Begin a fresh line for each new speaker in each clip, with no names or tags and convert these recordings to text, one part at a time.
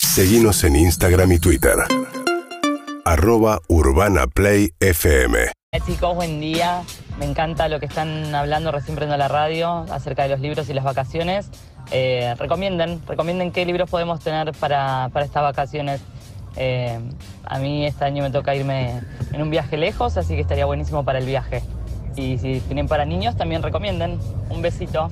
Seguimos en Instagram y Twitter. Arroba Urbana Play FM.
Eh, Chicos, buen día. Me encanta lo que están hablando recién prendo la radio acerca de los libros y las vacaciones. Eh, recomienden, recomienden qué libros podemos tener para, para estas vacaciones. Eh, a mí este año me toca irme en un viaje lejos, así que estaría buenísimo para el viaje. Y si tienen para niños, también recomienden. Un besito.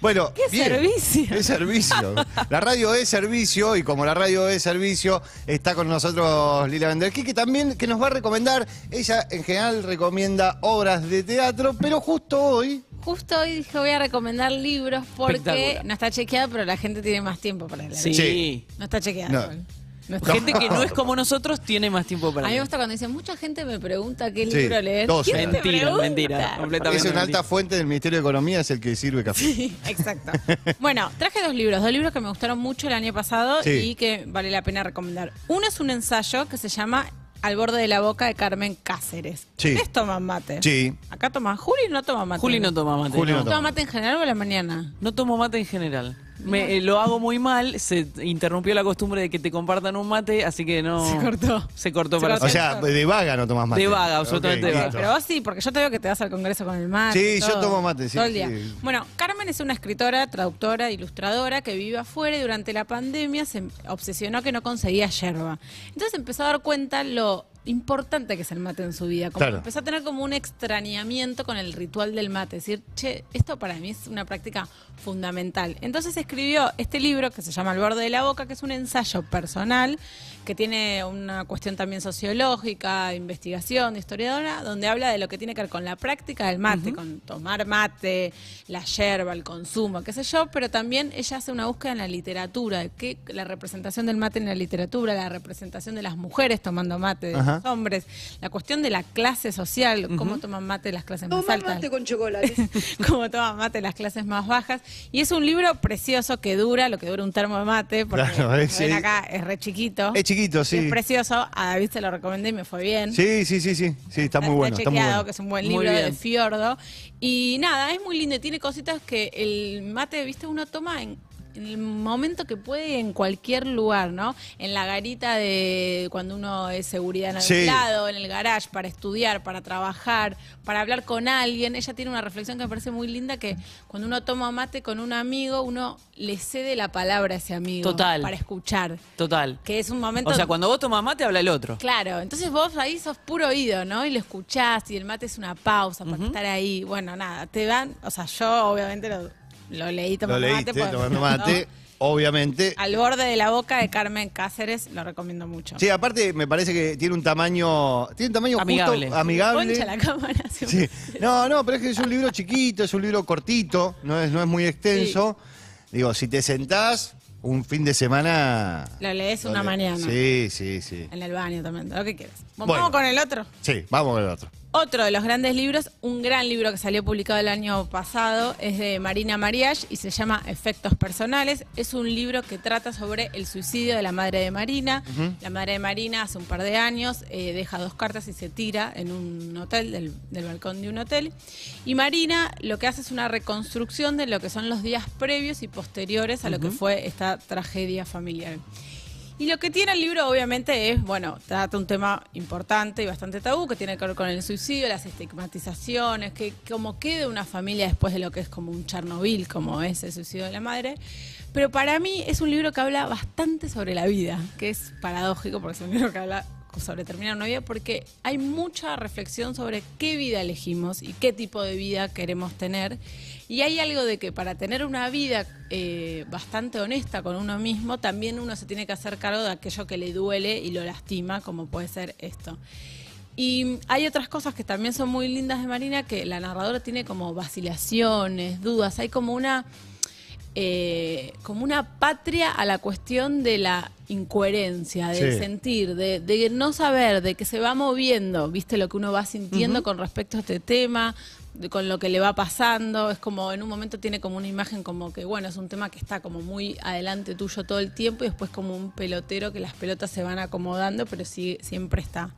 Bueno,
¡Qué
bien.
servicio!
Es servicio. La radio es servicio y como la radio es servicio, está con nosotros Lila Venderquí, que también que nos va a recomendar. Ella en general recomienda obras de teatro, pero justo hoy.
Justo hoy dije voy a recomendar libros porque
Espectacular.
no está chequeado, pero la gente tiene más tiempo para leer.
Sí.
Sí.
No está chequeado.
No.
igual. No está-
Gente que no es como nosotros tiene más tiempo para
A mí me
leer.
gusta cuando dicen, mucha gente me pregunta qué
Sí,
libro leer.
dos
¿Quién
horas.
te
Mentira,
pregunta?
mentira, completamente.
Es una alta
mentira.
fuente del Ministerio de Economía, es el que sirve café.
Sí, exacto. Bueno, traje dos libros, dos libros que me gustaron mucho el año pasado
Sí.
y que vale la pena recomendar. Uno es un ensayo que se llama Al borde de la boca de Carmen Cáceres.
Sí.
¿Ustedes toman mate?
Sí.
Acá toman. Juli no toma mate.
Juli no toma mate.
Juli
no.
no toma.
¿Toma mate en general o a la mañana?
No tomo mate en general. Me, eh, lo hago muy mal, se interrumpió la costumbre de que te compartan un mate, así que no...
Se cortó.
Se cortó
Se
para
cortó.
O
siempre.
sea, de vaga no tomas mate.
De vaga, absolutamente
Ok,
de vaga.
listo.
Pero vos sí, porque yo te veo que te vas al Congreso con el
Sí,
mate.
yo tomo mate, sí,
Todo el día.
sí.
Bueno, Carmen es una escritora, traductora, ilustradora que vive afuera y durante la pandemia se obsesionó que no conseguía yerba. Entonces empezó a dar cuenta lo importante que es el mate en su vida. Como
Claro.
que Empezó a tener como un extrañamiento con el ritual del mate. Decir, che, esto para mí es una práctica fundamental. Entonces escribió este libro que se llama Al borde de la boca, que es un ensayo personal que tiene una cuestión también sociológica, de investigación, de historiadora, donde habla de lo que tiene que ver con la práctica del mate, con tomar mate, la yerba, el consumo, qué sé yo, pero también ella hace una búsqueda en la literatura, de qué, la representación del mate en la literatura, la representación de las mujeres tomando mate, de
Ajá.
los hombres, la cuestión de la clase social, cómo toman mate las clases más
Toma
altas
mate con chocolate.
como toman mate las clases más bajas. Y es un libro precioso que dura, lo que dura un termo de mate, porque
Claro, es-
ven
es-
acá, es re chiquito.
Es chiquito,
Y
sí.
Es precioso, a David se lo recomendé y me fue bien.
Sí, sí, sí, sí. Sí, está muy bueno. Está muy
chequeado,
bueno.
que es un buen
Muy
libro de
bien.
Fiordo. Y nada, es muy lindo y tiene cositas que el mate, viste, uno toma en, en el momento que puede en cualquier lugar, ¿no? En la garita de cuando uno es seguridad en algún
Sí.
lado, en el garage, para estudiar, para trabajar, para hablar con alguien. Ella tiene una reflexión que me parece muy linda que cuando uno toma mate con un amigo, uno le cede la palabra a ese amigo.
Total.
Para escuchar.
Total.
Que es un momento...
O sea, cuando vos tomás mate, habla el otro.
Claro, entonces vos ahí sos puro oído, ¿no? Y lo escuchás y el mate es una pausa para estar ahí. Bueno, nada, te van, o sea, yo obviamente lo, lo leí
Lo
tomando
leíste,
mate. porque-
tomando mate.
¿no?
Obviamente.
Al borde de la boca de Carmen Cáceres, lo recomiendo mucho.
Sí, aparte me parece que tiene un tamaño. Tiene un tamaño
Amigable.
justo amigable.
Concha la cámara. sí.
Sí. No, no, pero es que es un libro chiquito, es un libro cortito, no es, no es muy extenso. Digo, si te sentás, un fin de semana.
Lo lees
Lo
una
le-
mañana.
Sí, sí, sí.
En el baño también, lo que quieras.
Bueno.
Bueno, Vamos con el otro.
Sí, vamos con el otro.
Otro de los grandes libros, un gran libro que salió publicado el año pasado, es de Marina Mariach y se llama Efectos Personales. Es un libro que trata sobre el suicidio de la madre de Marina. La madre de Marina hace un par de años eh, deja dos cartas y se tira en un hotel, del, del balcón de un hotel. Y Marina lo que hace es una reconstrucción de lo que son los días previos y posteriores a lo que fue esta tragedia familiar. Y lo que tiene el libro, obviamente, es, bueno, trata un tema importante y bastante tabú que tiene que ver con el suicidio, las estigmatizaciones, que cómo queda una familia después de lo que es como un Chernobyl, como es el suicidio de la madre. Pero para mí es un libro que habla bastante sobre la vida, que es paradójico porque es un libro que habla sobre terminar una vida, porque hay mucha reflexión sobre qué vida elegimos y qué tipo de vida queremos tener. Y hay algo de que para tener una vida eh, bastante honesta con uno mismo, también uno se tiene que hacer cargo de aquello que le duele y lo lastima, como puede ser esto. Y hay otras cosas que también son muy lindas de Marina, que la narradora tiene como vacilaciones, dudas, hay como una eh, como una patria a la cuestión de la incoherencia, del
Sí.
sentir, de, de no saber, de que se va moviendo, viste lo que uno va sintiendo con respecto a este tema, de- con lo que le va pasando. Es como en un momento tiene como una imagen como que, bueno, es un tema que está como muy adelante tuyo todo el tiempo y después como un pelotero que las pelotas se van acomodando, pero sí, siempre está.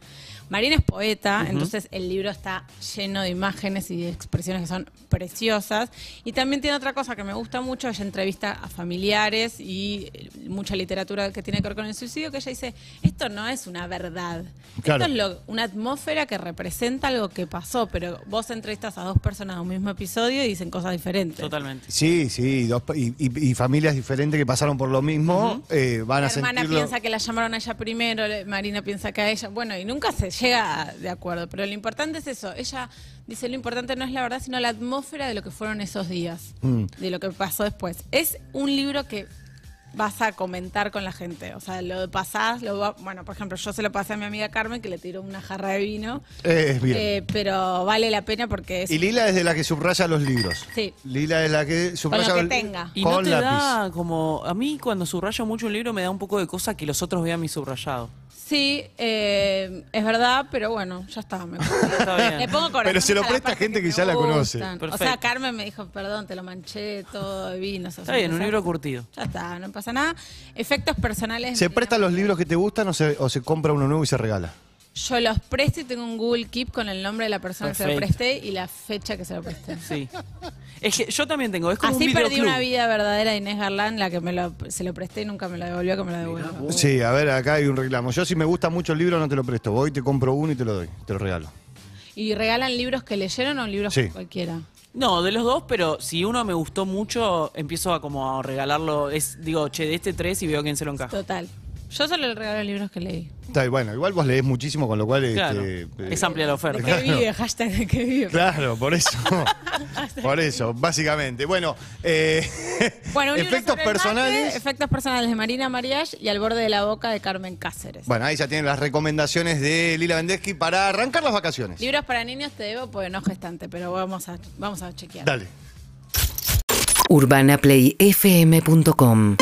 Marina es poeta, entonces el libro está lleno de imágenes y de expresiones que son preciosas. Y también tiene otra cosa que me gusta mucho, ella entrevista a familiares y eh, mucha literatura que tiene que ver con el suicidio, que ella dice, esto no es una verdad.
Claro.
Esto es lo- una atmósfera que representa algo que pasó, pero vos entrevistas a dos personas de un mismo episodio y dicen cosas diferentes.
Totalmente.
Sí, sí, dos pa- y, y- y familias diferentes que pasaron por lo mismo eh, van
La
a
hermana
sentirlo.
piensa que la llamaron a ella primero, le- Marina piensa que a ella. Bueno, y nunca se llega a- de acuerdo, pero lo importante es eso. Ella dice, lo importante no es la verdad, sino la atmósfera de lo que fueron esos días,
Mm.
de lo que pasó después. Es un libro que vas a comentar con la gente, o sea, lo pasás, lo va- bueno, por ejemplo, yo se lo pasé a mi amiga Carmen que le tiró una jarra de vino,
Eh, es bien.
eh, pero vale la pena porque es
y Lila es de la que subraya los libros.
Sí.
Lila es la que subraya
que
los-
tenga.
Y
con
no te
lápiz.
da como. A mí, cuando subrayo mucho un libro, me da un poco de cosa que los otros vean mi subrayado.
Sí, eh, es verdad, pero bueno, ya está. Me
Está bien.
Le pongo corazón
Pero se lo
a la
presta
parte
gente que
me
ya la conoce.
gustan. O sea,
Perfecto.
Carmen me dijo, perdón, te lo manché todo de vino. o sea,
Está bien, un
pasa-
libro curtido.
Ya está, no pasa nada. Efectos personales.
¿Se prestan los libros que te gustan o se, o se compra uno nuevo y se regala?
Yo los presto y tengo un Google Keep con el nombre de la persona que se
Perfecto.
lo presté y la fecha que se lo presté.
Sí. Es que yo también tengo. Es como
Así
un
perdí
videoclub.
una vida verdadera de Inés Garland, la que me lo, se lo presté y nunca me lo devolvió, que me lo devolvió.
Sí, a ver, acá hay un reclamo. Yo si me gusta mucho el libro no te lo presto. Voy, te compro uno y te lo doy, te lo regalo.
¿Y regalan libros que leyeron o libros
Sí.
cualquiera?
No, de los dos, pero si uno me gustó mucho, empiezo a como a regalarlo. Es, digo, che, de este tres y veo quién se lo encaja.
Total. Yo solo le regalo libros que leí.
Está bien, bueno, igual vos lees muchísimo, con lo cual...
Claro.
este, eh,
es amplia la
¿De
oferta.
qué vive? Hashtag de qué vive.
Claro, por eso. por eso, básicamente. Bueno, eh,
Bueno, un libro
efectos
sobre el
personales.
mate, efectos personales de Marina Mariach y Al borde de la boca de Carmen Cáceres.
Bueno, ahí ya tienen las recomendaciones de Lila Vendesky para arrancar las vacaciones.
Libros para niños te debo porque no es gestante, pero vamos a, vamos a chequear.
Dale.
urbanaplayfm.com